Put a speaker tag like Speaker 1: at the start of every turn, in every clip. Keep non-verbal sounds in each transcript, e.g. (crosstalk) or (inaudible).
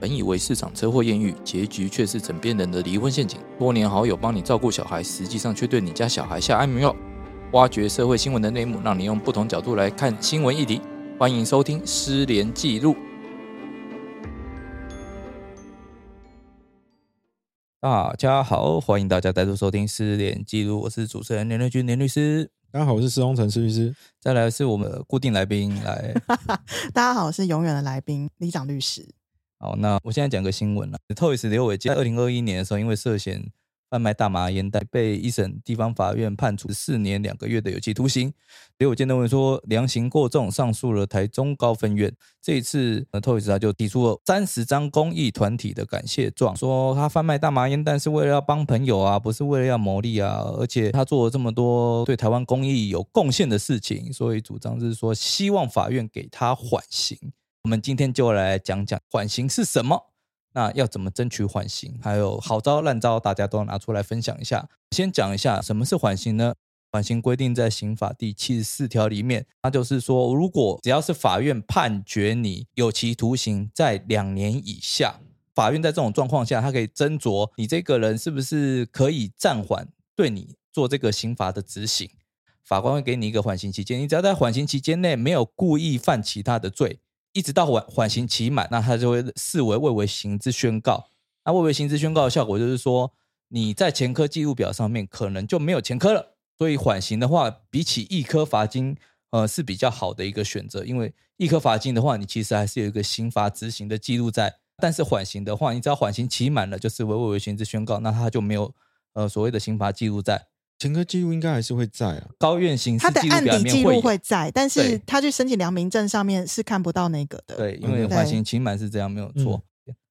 Speaker 1: 本以为市场车祸艳遇，结局却是枕边人的离婚陷阱。多年好友帮你照顾小孩，实际上却对你家小孩下安眠药。挖掘社会新闻的内幕，让你用不同角度来看新闻议题。欢迎收听《失联记录》。大家好，欢迎大家再度收听《失联记录》，我是主持人连瑞君，连律师。
Speaker 2: 大家好，我是施东城施律师。
Speaker 1: 再来是我们的固定来宾来。
Speaker 3: 大家好，我是永远的来宾李长律师。
Speaker 1: 好，那我现在讲个新闻了。Toys 刘伟在二零二一年的时候，因为涉嫌贩卖大麻烟袋，被一审地方法院判处四年两个月的有期徒刑。刘伟健认为说量刑过重，上诉了台中高分院。这一次呃，Toys 他就提出了三十张公益团体的感谢状，说他贩卖大麻烟弹是为了要帮朋友啊，不是为了要牟利啊，而且他做了这么多对台湾公益有贡献的事情，所以主张是说希望法院给他缓刑。我们今天就来讲讲缓刑是什么，那要怎么争取缓刑，还有好招烂招，大家都拿出来分享一下。先讲一下什么是缓刑呢？缓刑规定在刑法第七十四条里面，它就是说，如果只要是法院判决你有期徒刑在两年以下，法院在这种状况下，它可以斟酌你这个人是不是可以暂缓对你做这个刑罚的执行。法官会给你一个缓刑期间，你只要在缓刑期间内没有故意犯其他的罪，一直到缓缓刑期满，那他就会视为未为刑之宣告。那未为刑之宣告的效果就是说，你在前科记录表上面可能就没有前科了。所以缓刑的话，比起一科罚金，呃，是比较好的一个选择，因为一科罚金的话，你其实还是有一个刑罚执行的记录在。但是缓刑的话，你只要缓刑期满了，就是为未为刑之宣告，那他就没有呃所谓的刑罚记录在。
Speaker 2: 前科记录应该还是会在啊，
Speaker 1: 高院刑事
Speaker 3: 他的
Speaker 1: 记录
Speaker 3: 案
Speaker 1: 表
Speaker 3: 底
Speaker 1: 里面
Speaker 3: 记
Speaker 1: 会
Speaker 3: 录
Speaker 1: 有
Speaker 3: 会在，但
Speaker 1: 对
Speaker 3: 是他去申请良民证上面是看不到那个的。，
Speaker 1: 对，因为
Speaker 2: 嗯
Speaker 1: 缓
Speaker 3: 对
Speaker 1: 刑期满是这样，没有错。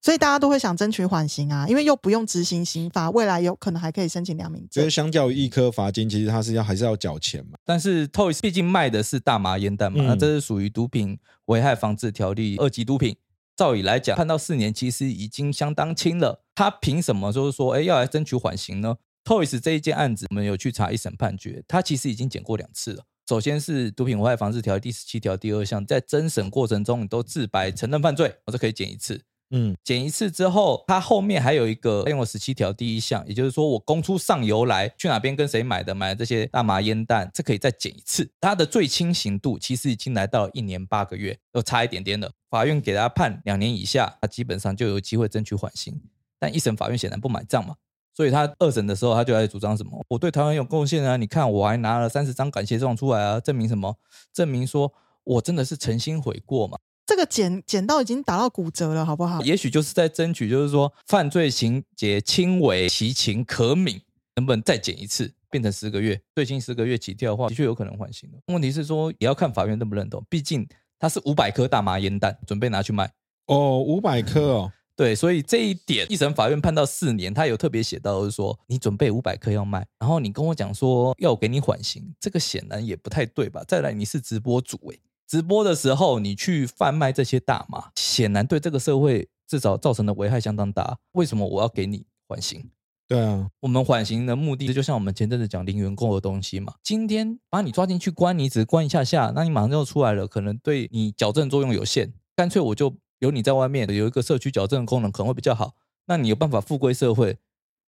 Speaker 3: 所以大家都会想争取缓刑啊，因为又不用执行刑罚，未来有可能还可以申请良民
Speaker 2: 就是
Speaker 3: 证。
Speaker 2: 相较于一颗罚金，其实他是要还是要缴钱嘛。
Speaker 1: 但是 Toys 毕竟卖的是大麻烟弹嘛，
Speaker 2: 嗯
Speaker 1: 那这是属于毒品危害防治条例二级毒品。照理来讲，判到四年其实已经相当轻了，他凭什么就是说，哎，要来争取缓刑呢？Toys 这一件案子，我们有去查一审判决，他其实已经减过两次了。首先是毒品危害防治条例第十七条第二项，在侦审过程中你都自白承认犯罪，我这可以减一次。
Speaker 2: 嗯，
Speaker 1: 减一次之后，它后面还有一个用了十七条第一项，也就是说我供出上游来，去哪边跟谁买的，买的这些大麻烟弹，这可以再减一次。它的最轻刑度其实已经来到了一年八个月，又差一点点了。法院给他判两年以下，他基本上就有机会争取缓刑。但一审法院显然不买账嘛，所以他二审的时候他就来主张什么？我对台湾有贡献啊！你看我还拿了三十张感谢状出来啊，证明什么？证明说我真的是诚心悔过嘛。
Speaker 3: 这个减减到已经打到骨折了，好不好？
Speaker 1: 也许就是在争取，就是说犯罪情节轻微，其情可悯，能不能再减一次，变成十个月，最轻十个月起跳的话，的确有可能缓刑的。问题是说，也要看法院认不认同，毕竟它是五百颗大麻烟弹，准备拿去卖。
Speaker 2: 哦，五百颗哦，
Speaker 1: 对，所以这一点，一审法院判到四年，他有特别写到，就是说你准备五百颗要卖，然后你跟我讲说要我给你缓刑，这个显然也不太对吧？再来，你是直播主诶、直播的时候你去贩卖这些大麻，显然对这个社会至少造成的危害相当大。为什么我要给你缓刑？
Speaker 2: (laughs) 对啊，
Speaker 1: 我们缓刑的目的，就像我们前阵子讲零元购的东西嘛。今天把你抓进去关，你只关一下下，那你马上就出来了，可能对你矫正作用有限。干脆我就留你在外面，有一个社区矫正的功能可能会比较好。那你有办法复归社会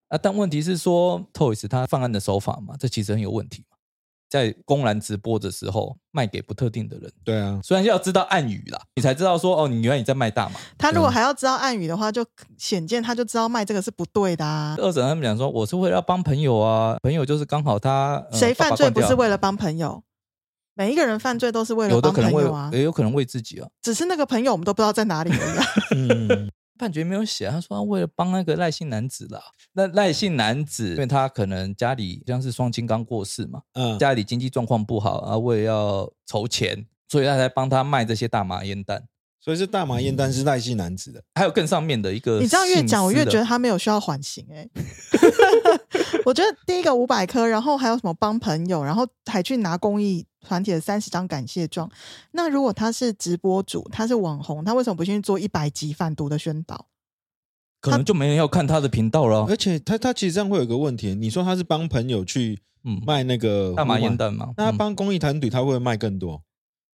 Speaker 1: 啊？但问题是说，Toys 他犯案的手法嘛，这其实很有问题嘛。在公然直播的时候卖给不特定的人，
Speaker 2: 对啊，
Speaker 1: 虽然要知道暗语啦，你才知道说哦，你原来你在卖大麻。
Speaker 3: 他如果
Speaker 2: 对
Speaker 3: 还要知道暗语的话，就显见他就知道卖这个是不对的
Speaker 1: 呃
Speaker 3: 啊。
Speaker 1: 二审他们讲说，我是为了要帮朋友啊，朋友就是刚好他、呃
Speaker 3: 谁
Speaker 1: 爸
Speaker 3: 犯
Speaker 1: 爸
Speaker 3: 罪
Speaker 1: 关
Speaker 3: 不
Speaker 1: 掉
Speaker 3: 是为了帮朋友？每一个人犯罪都是为了
Speaker 1: 有的
Speaker 3: 帮
Speaker 1: 可能
Speaker 3: 朋
Speaker 1: 为
Speaker 3: 友啊，
Speaker 1: 也有可能为自己啊。
Speaker 3: 只是那个朋友我们都不知道在哪里而已啊、
Speaker 2: 嗯，
Speaker 1: 判决没有写，啊他说他为了帮那个赖姓男子啦。那赖姓男子，因为他可能家里像是双亲刚过世嘛，
Speaker 3: (laughs)
Speaker 2: 嗯，
Speaker 1: 家里经济状况不好啊，为了要筹钱，所以他才帮他卖这些大麻烟弹。
Speaker 2: 所以是大麻烟弹是赖姓男子的，
Speaker 3: 嗯
Speaker 1: 还有更上面的一个姓
Speaker 3: 你
Speaker 1: 施
Speaker 3: 这
Speaker 1: 的，
Speaker 3: 样越讲，我越觉得他没有需要缓刑
Speaker 1: (laughs)
Speaker 3: 哎、 (laughs) 我觉得第一个五百颗，然后还有什么帮朋友，然后还去拿公益团体的三十张感谢状。那如果他是直播主，他是网红，他为什么不去做一百集贩毒的宣导？
Speaker 1: 可能就没人要看他的哎频道了
Speaker 2: 而。且他他其实这样会有个问题，你说他是帮朋友去
Speaker 1: 嗯，
Speaker 2: 卖那个
Speaker 1: 大麻
Speaker 2: 呼麻
Speaker 1: 烟，弹嘛，
Speaker 2: 那他
Speaker 1: 嗯
Speaker 2: 帮公益团体他会不会卖更多？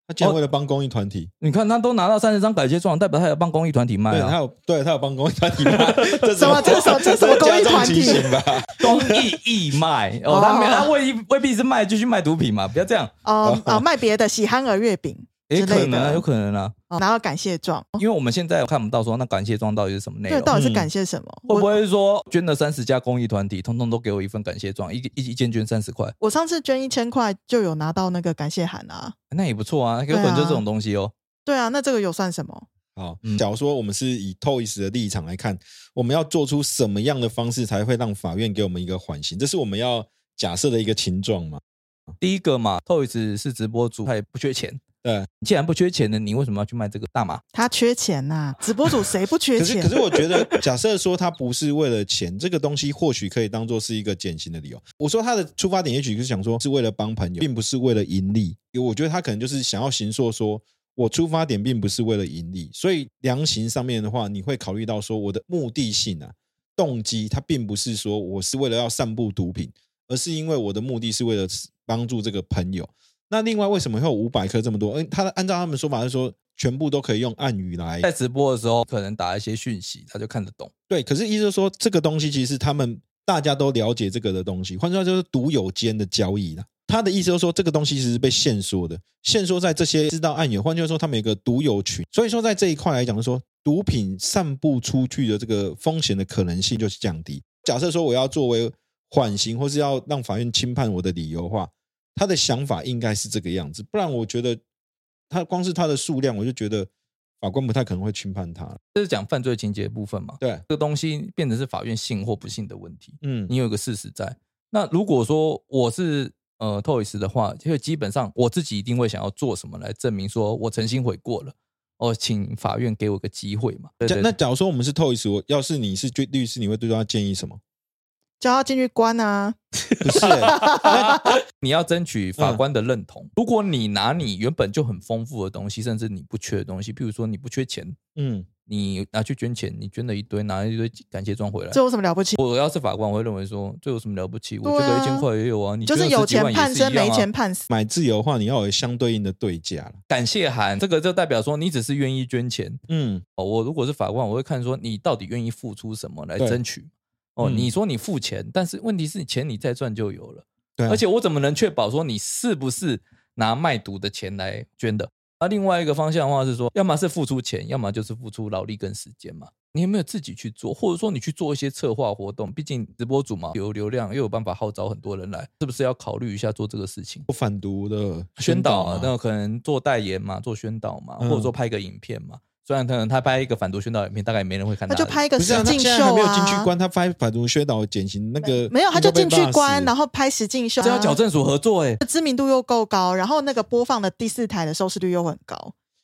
Speaker 2: 他竟然
Speaker 3: 哦
Speaker 2: 为了帮公益团体，
Speaker 1: 你看他都拿到三十张感谢状，代表他有帮公益团体卖
Speaker 2: 对，他
Speaker 1: 啊，
Speaker 2: 有对他有帮公益团体吗？
Speaker 3: (laughs)
Speaker 2: 这
Speaker 3: 什么这是什么这是什么公益团体
Speaker 2: 这是加重情形吧？
Speaker 1: 公益义卖 (laughs) 哦，他没有他未未必是卖继续卖毒品嘛，不要这样，
Speaker 3: 哦啊，卖别的喜憨儿月饼
Speaker 1: 也
Speaker 3: 之
Speaker 1: 可
Speaker 3: 类
Speaker 1: 能啊，有
Speaker 3: 的，
Speaker 1: 可能啊，
Speaker 3: 哦拿到感谢状，
Speaker 1: 因为我们现在看不到说那感谢状到底是什么内
Speaker 3: 这
Speaker 1: 容，
Speaker 3: 到底是
Speaker 2: 嗯
Speaker 3: 感谢什么？
Speaker 1: 会不
Speaker 3: 我
Speaker 1: 会说捐了三十家公益团体，通通都给我一份感谢状，一一一件捐三十块，
Speaker 3: 我上次捐一千块就有拿到那个感谢函啊，
Speaker 1: 那也不错啊，有
Speaker 3: 啊
Speaker 1: 可能就这种东西哦。
Speaker 3: 对啊，那这个有算什么？
Speaker 2: 好
Speaker 1: 嗯，
Speaker 2: 啊假如说我们是以 Toys 的立场来看，我们要做出什么样的方式才会让法院给我们一个缓刑？这是我们要假设的一个情状嘛？
Speaker 1: 第一个嘛，Toys 是直播主，他也不缺钱。
Speaker 2: 对，
Speaker 1: 既然不缺钱的，你为什么要去卖这个大麻？
Speaker 3: 他缺钱呐、直播主谁不缺
Speaker 2: 可是，
Speaker 3: 钱？
Speaker 2: 可是我觉得， (laughs) 假设说他不是为了钱，这个东西或许可以当做是一个减刑的理由。我说他的出发点也许是想说是为了帮朋友，并不是为了盈利。因为我觉得他可能就是想要行说说。我出发点并不是为了盈利，所以量刑上面的话，你会考虑到说我的目的性啊、动机，它并不是说我是为了要散布毒品，而是因为我的目的是为了帮助这个朋友。那另外为什么会有五百颗这么多？嗯，他按照他们说法是说全部都可以用暗语来
Speaker 1: 在直播的时候，可能打一些讯息，他就看得懂。
Speaker 2: 对，可是意思就是说，这个东西其实是他们大家都了解这个的东西，换句话就是独有间的交易啦。他的意思就是说，这个东西其实是被限缩的，限缩在这些知道暗语，换句话说，他们有一个独有群。所以说，在这一块来讲，就是说毒品散布出去的这个风险的可能性就是降低。假设说我要作为缓刑或是要让法院轻判我的理由的话，他的想法应该是这个样子，不然我觉得他光是他的数量，我就觉得法官不太可能会轻判他。
Speaker 1: 这是讲犯罪情节的部分嘛？
Speaker 2: 对，
Speaker 1: 这个东西变成是法院信或不信的问题。
Speaker 2: 嗯
Speaker 1: 你有一个事实在。那如果说我是呃 Toys 的话，就基本上我自己一定会想要做什么来证明说我诚心悔过了。哦，请法院给我个机会嘛。对
Speaker 2: 假
Speaker 1: 对
Speaker 2: 那假如说我们是 Toys，我要是你是律律师，你会对他建议什
Speaker 3: (laughs)
Speaker 2: 么？
Speaker 3: 叫他进去关啊！
Speaker 2: 不是、欸，
Speaker 1: 你要争取
Speaker 3: 嗯
Speaker 1: 法官的认同。如果你拿你原本就很丰富的东西，甚至你不缺的东西，譬如说你不缺钱，
Speaker 2: 嗯，
Speaker 1: 你拿去捐钱，你捐了一堆，拿一堆感谢状回来
Speaker 3: 这。有什么了不起？
Speaker 1: 我要是法官，我会认为说这有什么了不起？我
Speaker 3: 对
Speaker 1: 这
Speaker 3: 啊
Speaker 1: 个一千块也有啊，你
Speaker 3: 就
Speaker 1: 捐了
Speaker 3: 是有
Speaker 1: 十几
Speaker 3: 钱
Speaker 1: 万也
Speaker 3: 判
Speaker 1: 是
Speaker 3: 生，
Speaker 1: 一样
Speaker 3: 没
Speaker 1: 啊
Speaker 3: 钱判死。
Speaker 2: 买自由的话，你要有相对应的对价了。
Speaker 1: 感谢函，这个就代表说你只是愿意捐钱。
Speaker 2: 嗯，
Speaker 1: 哦，我如果是法官，我会看说你到底愿意付出什么来
Speaker 2: 对
Speaker 1: 争取。哦，
Speaker 2: 嗯
Speaker 1: 你说你付钱，但是问题是钱你再赚就有了，
Speaker 2: 对啊
Speaker 1: 而且我怎么能确保说你是不是拿卖毒的钱来捐的？那、另外一个方向的话是说，要么是付出钱，要么就是付出劳力跟时间嘛。你有没有自己去做，或者说你去做一些策划活动？毕竟直播主嘛，有流量又有办法号召很多人来，是不是要考虑一下做这个事情？
Speaker 2: 我反毒的
Speaker 1: 宣导啊
Speaker 2: 啊，，
Speaker 1: 那可能做代言嘛，做宣导嘛，
Speaker 2: 嗯
Speaker 1: 或者说拍个影片嘛。虽然可能他拍一个反毒宣导影片，大概也没人会看
Speaker 3: 他
Speaker 1: 他
Speaker 3: 就
Speaker 1: 的。
Speaker 3: 拍一个
Speaker 2: 不是、啊、
Speaker 3: 实
Speaker 2: 他
Speaker 3: 境
Speaker 2: 现在
Speaker 3: 秀
Speaker 2: 还
Speaker 3: 啊，
Speaker 2: 没有进去关，他拍反毒宣导减刑那个
Speaker 3: 没有，他就进去关，然
Speaker 2: 后
Speaker 3: 后拍实境秀、啊，
Speaker 1: 这要矫正署合作哎、
Speaker 3: 知名度又够高，然后那个播放的第四台的收视率又很高，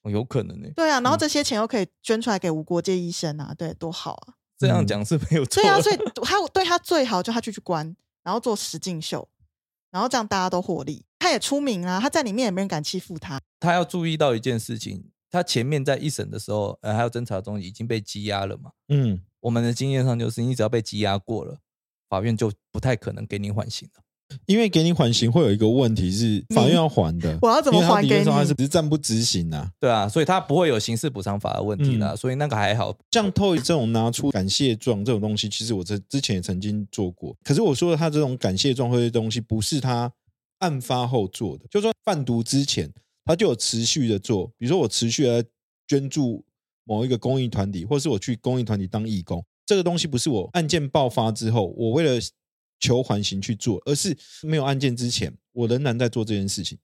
Speaker 1: 哦有可能哎、
Speaker 3: 对
Speaker 2: 嗯
Speaker 3: 啊，然后这些钱又可以捐出来给无国界医
Speaker 2: (laughs)
Speaker 3: 生啊，对，多好啊！
Speaker 1: 这
Speaker 2: 嗯
Speaker 1: 样讲是没有错
Speaker 3: 对
Speaker 1: 的。
Speaker 3: 啊，所以他对他最好就他就去关，然后做实境秀，然后这样大家都获利，他也出名啊，他在里面也没人敢欺负他，
Speaker 1: 他要注意到一件事情，他前面在一审的时候，呃，还有侦查中已经被羁押了嘛。
Speaker 2: 嗯，
Speaker 1: 我们的经验上就是，你只要被羁押过了，法院就不太可能给你缓刑了。
Speaker 2: 因为给你缓刑会有一个问题是法院要还的，
Speaker 3: 我要怎么
Speaker 2: 因为他
Speaker 3: 还
Speaker 2: 理论
Speaker 3: 给
Speaker 2: 上他
Speaker 3: 你
Speaker 2: 是？执战不执行啊？
Speaker 1: 对啊，所以他不会有刑事补偿法的问题啦，
Speaker 3: 嗯
Speaker 1: 所以那个还好。
Speaker 2: 像透这种拿出感谢状这种东西，其实我这之前也曾经做过。可是我说的他这种感谢状或者东西，不是他案发后做的，就是说贩毒之前他就有持续的做，比如说我持续的捐助某一个公益团体，或是我去公益团体当义工。这个东西不是我案件爆发之后，我为了求缓刑去做，而是没有案件之前，我仍然在做这件事情。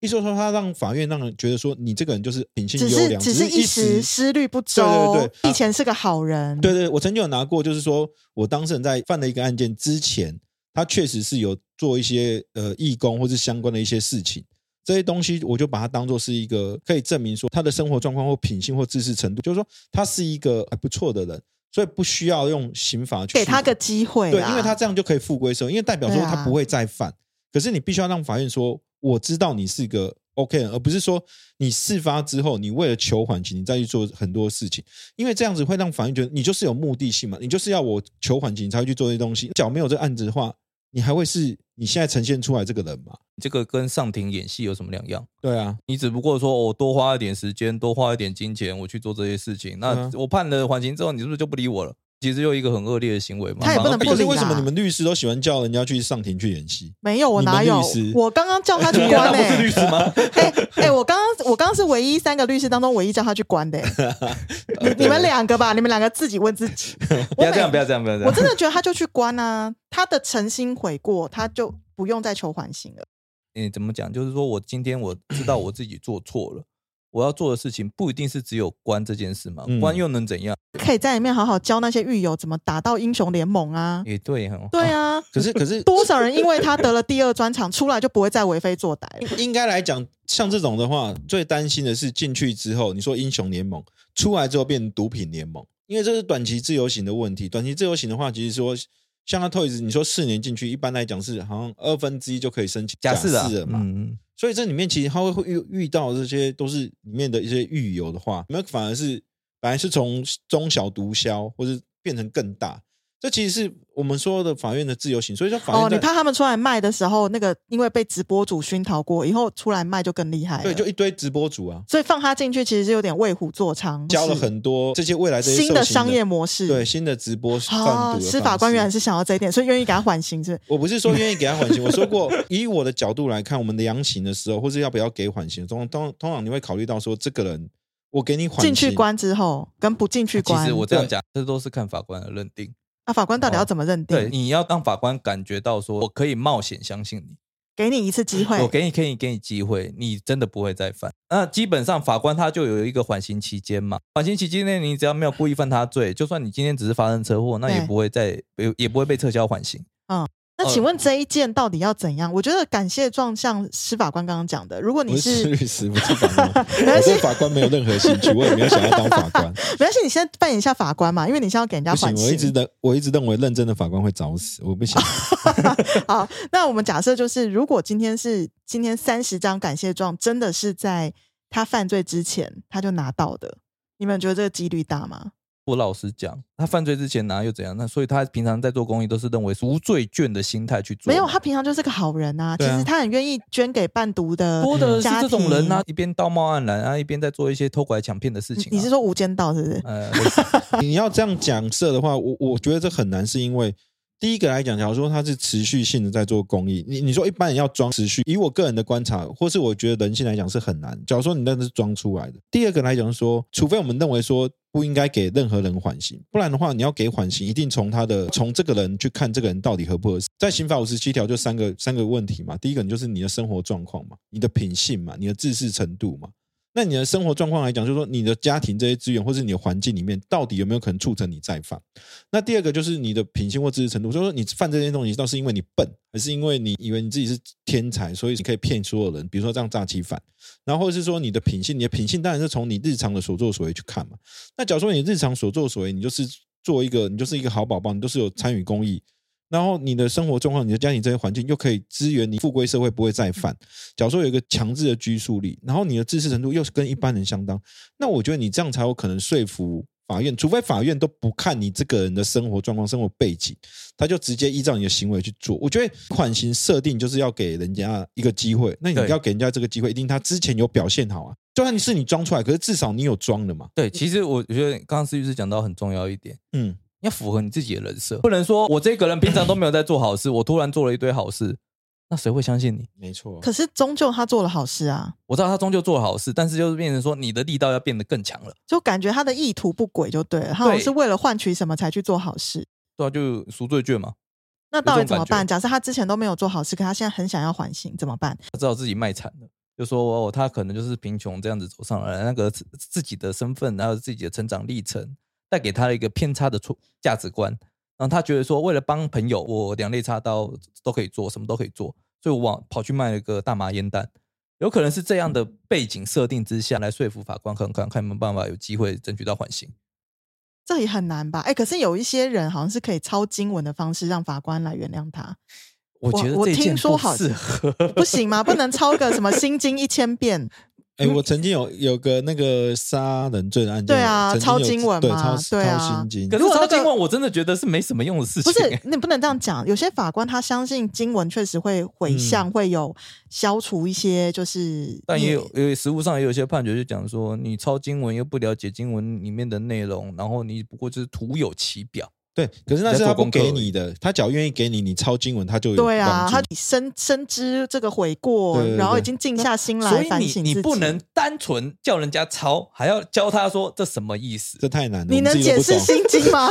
Speaker 2: 意思说，他让法院让人觉得说，你这个人就是品性
Speaker 3: 只
Speaker 2: 优
Speaker 3: 是
Speaker 2: 良，
Speaker 3: 只
Speaker 2: 只
Speaker 3: 是
Speaker 2: 一
Speaker 3: 一时思虑不周，
Speaker 2: 对对对
Speaker 3: 以前是个好人，
Speaker 2: 对对，我曾经有拿过，就是说我当事人在犯了一个案件之前，他确实是有做一些呃义工或是相关的一些事情，这些东西我就把它当做是一个可以证明说他的生活状况或品性或知识程度，就是说他是一个还不错的人，所以不需要用刑法去
Speaker 3: 给他
Speaker 2: 处
Speaker 3: 个
Speaker 2: 理
Speaker 3: 机会啊啦，
Speaker 2: 对，因为他这样就可以复归社会，因为代表说
Speaker 3: 对啊
Speaker 2: 他不会再犯。可是你必须要让法院说，我知道你是个 OK 人，而不是说你事发之后，你为了求缓刑，你再去做很多事情，因为这样子会让法院觉得你就是有目的性嘛，你就是要我求缓刑你才会去做这些东西。假如没有这个案子的话，你还会是你现在呈现出来这个人吗？
Speaker 1: 这个跟上庭演戏有什么两样？
Speaker 2: 对啊，
Speaker 1: 你只不过说我、多花一点时间，多花一点金钱，我去做这些事情。那
Speaker 2: 嗯
Speaker 1: 我判了缓刑之后，你是不是就不理我了？其实又一个很恶劣的行为嘛。
Speaker 3: 他也不
Speaker 1: 反而
Speaker 3: 能啊
Speaker 1: 比
Speaker 3: 不
Speaker 2: 啊可
Speaker 3: 理
Speaker 2: 是
Speaker 3: 啦
Speaker 2: 为什么你们律师都喜欢叫人家去上庭去演戏？
Speaker 3: 没有，我哪有
Speaker 2: 你们律师？
Speaker 3: 我刚刚叫他去
Speaker 2: (laughs)
Speaker 1: 你
Speaker 3: 关
Speaker 1: 难
Speaker 3: 呢、
Speaker 1: 道不是律师吗？
Speaker 3: (laughs) 哎哎，我刚刚我刚刚是唯一三个律师当中唯一叫他去关的、欸
Speaker 2: (laughs) 哦
Speaker 3: 你你们两个吧，你们两个自己问自己。
Speaker 1: 不
Speaker 3: 我
Speaker 1: 要这样，
Speaker 3: 每
Speaker 1: 不要这样，不要这
Speaker 3: 我
Speaker 1: 样。
Speaker 3: 真的觉得他就去关啊，他的诚心悔过，他就不用再求缓刑了。
Speaker 1: 你怎么讲？就是说我今
Speaker 2: (clears throat)
Speaker 1: 天我知道我自己做错了，我要做的事情不一定是只有关这件事嘛。
Speaker 2: 嗯
Speaker 1: 关又能怎样？
Speaker 3: 可以在里面好好教那些狱友怎么打到英雄联盟啊。
Speaker 1: 也对哦
Speaker 2: 哦
Speaker 1: 哈。
Speaker 3: 对啊，
Speaker 2: 可
Speaker 3: (laughs)
Speaker 2: 是可是
Speaker 3: 多少人因为他得了第二专场，出来就不会再为非作歹了。 (laughs)
Speaker 2: 应该来讲，像这种的话，最担心的是进去之后，你说英雄联盟出来之后变毒品联盟，因为这是短期自由行的问题。短期自由行的话，其实说像他 Toys，你说四年进去，一般来讲是好像二分之一就可以申请
Speaker 1: 假
Speaker 2: 释
Speaker 1: 释啊，
Speaker 2: 了嘛。
Speaker 1: 嗯，
Speaker 2: 所以这里面其实他会会遇遇到这些都是里面的一些狱友的话，那反而是本来是从中小毒枭，或是变成更大。这其实是我们说的法院的自由行，所以说法
Speaker 3: 哦，
Speaker 2: 院
Speaker 3: 你
Speaker 2: 在、
Speaker 3: 怕他们出来卖的时候，那个因为被直播主熏陶过，以后出来卖就更厉害了。
Speaker 2: 对就一堆直播主啊，
Speaker 3: 所以放他进去其实是有点为虎作伥，
Speaker 2: 教了
Speaker 3: 是
Speaker 2: 很多这些未来这些
Speaker 3: 新的
Speaker 2: 受刑
Speaker 3: 商业
Speaker 2: 人
Speaker 3: 模式。
Speaker 2: 对新的直播贩毒的
Speaker 3: 啊、
Speaker 2: 方式
Speaker 3: 司法官原来是想要这一点，所以愿意给他缓刑是不是
Speaker 2: 我不是说愿意给他
Speaker 3: (laughs)
Speaker 2: 缓刑，我说过，以我的角度来看，我们量刑的时候，或是要不要给缓刑，通通通常你会考虑到说，这个人我给你缓
Speaker 3: 进
Speaker 2: 刑，
Speaker 3: 去关之后跟不进去
Speaker 1: 其
Speaker 3: 关，
Speaker 1: 实我这样
Speaker 2: 对
Speaker 1: 讲，这都是看法官的认定。
Speaker 3: 啊，法官到底要怎么认定？
Speaker 1: 对，你要让法官感觉到说，我可以冒险相信你。
Speaker 3: 给你一次机会
Speaker 1: 我，给你可以给你机会，你真的不会再犯。那基本上法官他就有一个缓刑期间嘛，缓刑期间内你只要没有故意犯他罪，就算你今天只是发生车祸，那也
Speaker 3: 对
Speaker 1: 不会再也也不会被撤销缓刑。
Speaker 3: 那
Speaker 1: 哦
Speaker 3: 请问这一件到底要怎样？我觉得感谢状像司法官刚刚讲的，如果
Speaker 2: 我
Speaker 3: 你
Speaker 2: 是
Speaker 3: 是
Speaker 2: 律师，不是法官，
Speaker 3: (laughs) 没
Speaker 2: 我
Speaker 3: 关系
Speaker 2: 对法官没有任何兴趣，我也没有想要当法官。
Speaker 3: 没关系，你先扮演一下法官嘛，因为你现在 (laughs) 要给人家
Speaker 2: 不行
Speaker 3: 缓，
Speaker 2: 我一直
Speaker 3: 刑。
Speaker 2: 认，我一直认为认真的法官会找死，我不行。
Speaker 3: 好，那我们假设就是，如果今天是今天三十张感谢状真的是在他犯罪之前他就拿到的，你们觉得这个几率大吗？
Speaker 1: 我老实讲，他犯罪之前哪有怎样？那所以他平常在做公益都是认为无罪券的心态去做。
Speaker 3: 没有，他平常就是个好人啊，其
Speaker 2: 对啊
Speaker 3: 实他很愿意捐给伴读的
Speaker 1: 多的是
Speaker 3: 家
Speaker 1: 这种人啊
Speaker 3: 庭，
Speaker 1: 一边道貌岸然啊，一边在做一些偷拐抢骗的事
Speaker 3: 你
Speaker 1: 情、啊
Speaker 3: 你是说《无间道》是不是？
Speaker 1: 呃，类似
Speaker 2: (laughs) 你要这样讲设的话，我我觉得这很难，是因为第一个来讲，假如说他是持续性的在做公益，你你说一般人要装持续，以我个人的观察，或是我觉得人性来讲是很难。假如说你真的是装出来的，第二个来讲是说，除非我们认为说不应该给任何人缓刑，不然的话，你要给缓刑，一定从他的从这个人去看这个人到底合不合适。在刑法五十七条就三个三个问题嘛，第一个你就是你的生活状况嘛，你的品性嘛，你的自视程度嘛。那你的生活状况来讲，就是说你的家庭这些资源，或是你的环境里面，到底有没有可能促成你再犯？那第二个就是你的品性或知识程度，就是说你犯这些东西，到底是因为你笨，还是因为你以为你自己是天才，所以你可以骗所有人，比如说这样诈欺犯，然后或者是说你的品性，你的品性当然是从你日常的所作所为去看嘛。那假如说你日常所作所为，你就是做一个，你就是一个好宝宝，你都是有参与公益，然后你的生活状况、你的家庭这些环境又可以支援你富贵社会不会再犯。假如说有一个强制的拘束力，然后你的知识程度又是跟一般人相当，那我觉得你这样才有可能说服法院，除非法院都不看你这个人的生活状况、生活背景，他就直接依照你的行为去做。我觉得缓刑设定就是要给人家一个机会，那你
Speaker 1: 对
Speaker 2: 要给人家这个机会，一定他之前有表现好啊。就算你是你装出来，可是至少你有装的嘛。
Speaker 1: 对，其实我觉得刚刚思律师讲到很重要一点，
Speaker 2: 嗯，
Speaker 1: 要符合你自己的人设，不能说我这个人平常都没有在做好事，我突然做了一堆好事，那谁会相信你？
Speaker 2: 没错。
Speaker 3: 可是终究他做了好事啊，
Speaker 1: 我知道他终究做了好事，但是就是变成说你的力道要变得更强了，
Speaker 3: 就感觉他的意图不轨就对了，他好像
Speaker 1: 对
Speaker 3: 是为了换取什么才去做好事。
Speaker 1: 对啊，就赎罪券嘛，
Speaker 3: 那到底
Speaker 1: 有这
Speaker 3: 怎
Speaker 1: 种
Speaker 3: 么
Speaker 1: 感觉
Speaker 3: 办？假设他之前都没有做好事，可他现在很想要缓刑，怎么办？
Speaker 1: 他知道自己卖惨了。就说哦，他可能就是贫穷这样子走上来，那个自自己的身份，还有自己的成长历程，带给他一个偏差的错价值观，然后他觉得说，为了帮朋友，我两肋插刀都可以做，什么都可以做，所以我往跑去卖了个大麻烟弹，有可能是这样的
Speaker 3: 嗯
Speaker 1: 背景设定之下来说服法官，看看看有没有办法有机会争取到缓刑。
Speaker 3: 这也很难吧？哎，可是有一些人好像是可以抄经文的方式让法官来原谅他，
Speaker 1: 我觉得
Speaker 3: 我
Speaker 1: 这
Speaker 3: 听
Speaker 1: 件
Speaker 3: 说
Speaker 1: 不
Speaker 3: 好
Speaker 1: 适合，
Speaker 3: 不行吗？不能抄个什么心经一千遍，
Speaker 2: 哎，我曾经有有个那个杀人罪的案件，
Speaker 3: 对啊
Speaker 2: 曾经有
Speaker 3: 抄经文
Speaker 2: 对
Speaker 3: 嘛
Speaker 2: 抄
Speaker 3: 对啊
Speaker 2: 抄心经
Speaker 1: 可，是
Speaker 3: 如果
Speaker 1: 抄
Speaker 3: 那个
Speaker 1: 经文，我真的觉得是没什么用的事情
Speaker 3: 不
Speaker 1: 欸、
Speaker 3: 是，你不能这样讲。有些法官他相信经文确实会回向，会有消除一些就是，
Speaker 1: 但也有，也实务上也有一些判决就讲说，你抄经文又不了解经文里面的内容，然后你不过就是徒有其表。
Speaker 2: 对，可是
Speaker 1: 在
Speaker 2: 那是
Speaker 1: 做
Speaker 2: 他不
Speaker 1: 功课
Speaker 2: 给
Speaker 1: 而已
Speaker 2: 你的，他只要愿意给你，你抄经文他就有
Speaker 3: 对啊，
Speaker 2: 帮助
Speaker 3: 他深深知这个悔过，
Speaker 2: 对对对
Speaker 3: 然后已经静下心
Speaker 1: 所
Speaker 3: 来
Speaker 1: 以
Speaker 3: 反省
Speaker 1: 你
Speaker 3: 自己。
Speaker 1: 你不能单纯叫人家抄，还要教他说这什么意思？
Speaker 2: 这太难了，
Speaker 3: 你
Speaker 2: 我们
Speaker 3: 能
Speaker 2: 自己都不
Speaker 3: 解释
Speaker 2: 懂
Speaker 3: 心经吗？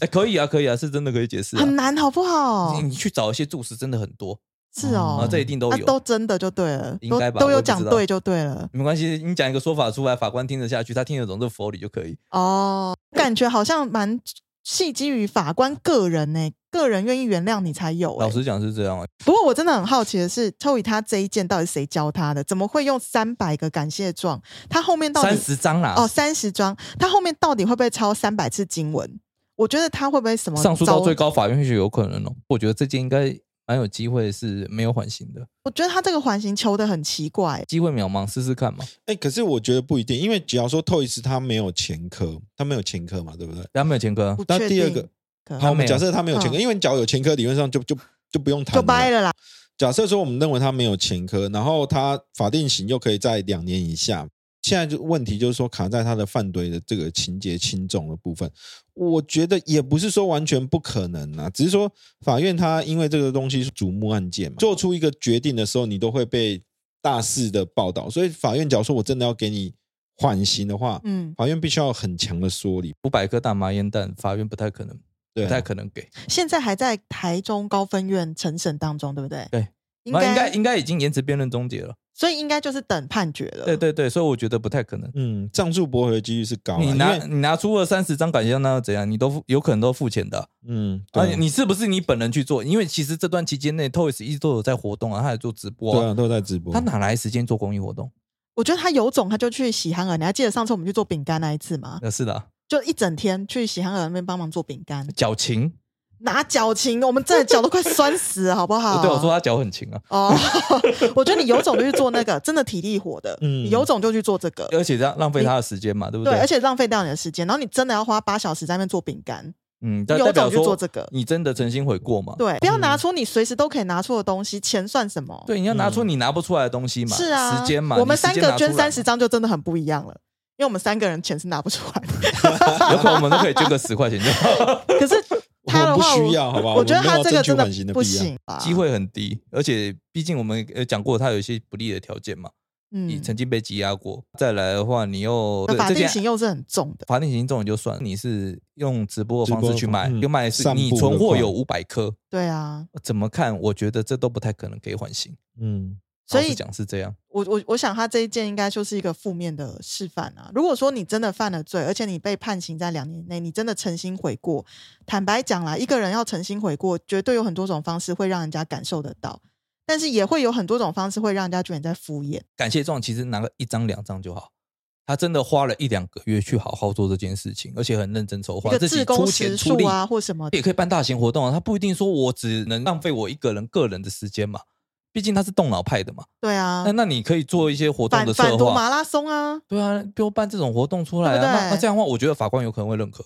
Speaker 1: 哎，可以啊，可以啊，是真的可以解释啊。
Speaker 3: 很难，好不好
Speaker 1: 你？你去找一些注释，真的很多
Speaker 3: 是
Speaker 1: 啊，
Speaker 3: 哦
Speaker 2: 嗯，
Speaker 1: 这一定都
Speaker 3: 啊
Speaker 1: 有。
Speaker 3: 都真的就对了，
Speaker 1: 应
Speaker 3: 都
Speaker 1: 该吧
Speaker 3: 都
Speaker 1: 我也
Speaker 3: 有
Speaker 1: 不
Speaker 3: 讲
Speaker 1: 知道
Speaker 3: 对就对了。
Speaker 1: 没关系，你讲一个说法出来，法官听得下去，他听得懂这佛理就可以。
Speaker 3: 哦，感觉好像蛮系基于法官个人呢、个人愿意原谅你才有、欸。
Speaker 1: 老实讲是这样啊，
Speaker 3: 不过我真的很好奇的是，臭乙他这一件到底谁教他的？怎么会用三百个感谢状？他后面到底
Speaker 1: 三十啊章啦，
Speaker 3: 哦三十章，他后面到底会不会抄三百次经文？我觉得他会不会什么
Speaker 1: 上诉到
Speaker 3: 招
Speaker 1: 最？高法院或许有可能哦。我觉得这件应该蛮有机会是没有缓刑的，
Speaker 3: 我觉得他这个缓刑求的很奇怪。
Speaker 1: 机会渺茫，试试看嘛。
Speaker 2: 哎、可是我觉得不一定，因为只要说 Toys 他没有前科，他没有前科嘛，对不对？
Speaker 1: 他没有前科啊
Speaker 3: 不，
Speaker 2: 那
Speaker 3: 确
Speaker 2: 第二
Speaker 3: 定
Speaker 2: 个，
Speaker 3: 可
Speaker 2: 好，我
Speaker 1: 没
Speaker 2: 们
Speaker 1: 有
Speaker 2: 假设他没有前科，
Speaker 3: 嗯
Speaker 2: 因为你只要有前科，理论上就就就不用谈
Speaker 3: 就掰
Speaker 2: 了。
Speaker 3: 了啦。
Speaker 2: 假设说我们认为他没有前科，然后他法定刑又可以在两年以下，现在就问题就是说卡在他的犯罪的这个情节轻重的部分，我觉得也不是说完全不可能啊，只是说法院他因为这个东西是瞩目案件嘛，做出一个决定的时候，你都会被大肆的报道，所以法院假如说我真的要给你缓刑的话，
Speaker 3: 嗯，
Speaker 2: 法院必须要有很强的说理，
Speaker 1: 五百颗大麻烟弹，法院不太可能，
Speaker 2: 对
Speaker 1: 不
Speaker 2: 啊、
Speaker 1: 太可能给。
Speaker 3: 现在还在台中高分院陈审当中，对不对？
Speaker 1: 对，
Speaker 3: 应
Speaker 1: 那应该
Speaker 3: 该
Speaker 1: 应该已经延迟辩论终结了。
Speaker 3: 所以应该就是等判决了。
Speaker 1: 对对对，所以我觉得不太可能。
Speaker 2: 嗯，上诉驳回的几率是高、啊，
Speaker 1: 你
Speaker 2: 因
Speaker 1: 拿
Speaker 2: 为
Speaker 1: 你拿出了三十张感谢状，那又怎样？你都付有可能都付钱的啊、
Speaker 2: 嗯，对
Speaker 1: 而
Speaker 2: 啊
Speaker 1: 且你是不是你本人去做？因为其实这段期间内，Toys 一直都有在活动啊，他也做直播、
Speaker 2: 对
Speaker 1: 啊，
Speaker 2: 啊，都在直播，
Speaker 1: 他哪来时间做公益活动？
Speaker 3: 我觉得他有种，他就去喜憨儿。你还记得上次我们去做饼干那一次吗？
Speaker 1: 那是的啊，
Speaker 3: 就一整天去喜憨儿那边帮忙做饼干，
Speaker 1: 脚勤。
Speaker 3: 拿脚勤，我们真的脚都快酸死了，好不好？
Speaker 1: 我哦对我说他脚很勤啊，
Speaker 3: 哦， (laughs) 我觉得你有种就去做那个，真的体力活的，
Speaker 2: 嗯
Speaker 3: 你有种就去做这个，
Speaker 1: 而且这样浪费他的时间嘛，对不
Speaker 3: 对，
Speaker 1: 对？
Speaker 3: 而且浪费掉你的时间，然后你真的要花八小时在那边做饼干，
Speaker 1: 嗯，但
Speaker 3: 有
Speaker 1: 代表
Speaker 3: 种就
Speaker 1: 说嗯
Speaker 3: 做这个
Speaker 1: 你真的诚心悔过嘛？
Speaker 3: 对，不要拿出你随时都可以拿出的东西，钱算什么？
Speaker 1: 对，你要拿
Speaker 2: 嗯
Speaker 1: 出你拿不出来的东西嘛，
Speaker 3: 是啊，
Speaker 1: 时间嘛，
Speaker 3: 我们
Speaker 1: 你时
Speaker 3: 三
Speaker 1: 间
Speaker 3: 个
Speaker 1: 拿出
Speaker 3: 捐
Speaker 1: 来嘛
Speaker 3: 三十，张就真的很不一样了。因为我们三个人钱是拿不出
Speaker 1: (laughs)
Speaker 3: 来的，
Speaker 1: 有可能我们都可以捐个十块钱就好，
Speaker 3: 可是他的
Speaker 2: 我
Speaker 3: 话，
Speaker 2: 不需要好不好
Speaker 3: 我觉得他这个真
Speaker 2: 我们没有争取
Speaker 3: 不
Speaker 2: 缓刑的必
Speaker 3: 行啊，
Speaker 1: 机会很低，而且毕竟我们呃讲过他有一些不利的条件嘛，你
Speaker 3: 嗯，
Speaker 1: 曾经被羁押过，再来的话你又
Speaker 3: 那
Speaker 1: 对
Speaker 3: 法
Speaker 1: 这
Speaker 3: 定
Speaker 1: 件
Speaker 3: 刑又是很重的，
Speaker 1: 法定刑这种也就算，你是用直播的方
Speaker 2: 直播
Speaker 1: 式
Speaker 2: 的
Speaker 1: 去
Speaker 2: 方
Speaker 1: 卖，
Speaker 2: 嗯
Speaker 1: 就卖的是
Speaker 2: 散
Speaker 1: 你
Speaker 2: 步的
Speaker 1: 存货
Speaker 2: 话
Speaker 1: 有五百颗，
Speaker 3: 对啊，
Speaker 1: 怎么看？我觉得这都不太可能给缓刑，
Speaker 2: 嗯，
Speaker 3: 所
Speaker 1: 老
Speaker 3: 以
Speaker 1: 实讲是这样。
Speaker 3: 我我我想他这一件应该就是一个负面的示范啊。如果说你真的犯了罪，而且你被判刑在两年内，你真的诚心悔过，坦白讲啦，一个人要诚心悔过，绝对有很多种方式会让人家感受得到，但是也会有很多种方式会让人家觉得你在敷衍。
Speaker 1: 感谢状其实拿个一张两张就好。他真的花了一两个月去好好做这件事情，而且很认真筹
Speaker 3: 一
Speaker 1: 划，
Speaker 3: 个
Speaker 1: 自己
Speaker 3: 自工
Speaker 1: 出
Speaker 3: 时
Speaker 1: 钱出
Speaker 3: 数
Speaker 1: 力
Speaker 3: 啊，或什么的
Speaker 1: 也可以办大型活动啊。他不一定说我只能浪费我一个人个人的时间嘛，毕竟他是动脑派的嘛。
Speaker 3: 对啊
Speaker 1: 那，那你可以做一些活动
Speaker 3: 反
Speaker 1: 的策
Speaker 3: 反毒马
Speaker 1: 划，
Speaker 3: 拉松啊。
Speaker 1: 对啊，多办这种活动出来啊。
Speaker 3: 对不对
Speaker 1: 那那这样的话，我觉得法官有可能会认可。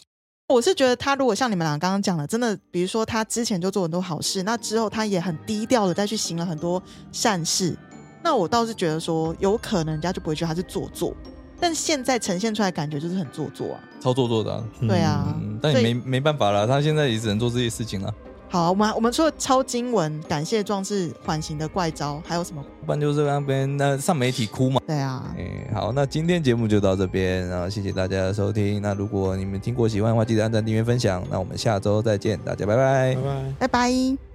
Speaker 3: 我是觉得他如果像你们俩刚刚讲的，真的，比如说他之前就做很多好事，那之后他也很低调的再去行了很多善事，那我倒是觉得说，有可能人家就不会觉得他是做作，但现在呈现出来感觉就是很做作啊。
Speaker 1: 操作做的、啊，
Speaker 2: 嗯
Speaker 3: 对啊
Speaker 1: 嗯，但也
Speaker 3: 所
Speaker 1: 没
Speaker 3: 以
Speaker 1: 没办法啦，他现在也只能做这些事情啊了。
Speaker 3: 好，我们我们除了抄经文、感谢状是缓刑的怪招，还有什么？
Speaker 1: 不然就是那边那上媒体哭嘛。
Speaker 3: 对啊，
Speaker 1: 哎，好，那今天节目就到这边，然后谢谢大家的收听。那如果你们听过喜欢的话，记得按赞、订阅、分享。那我们下周再见，大家拜拜
Speaker 2: 嗯拜拜。
Speaker 3: 拜拜。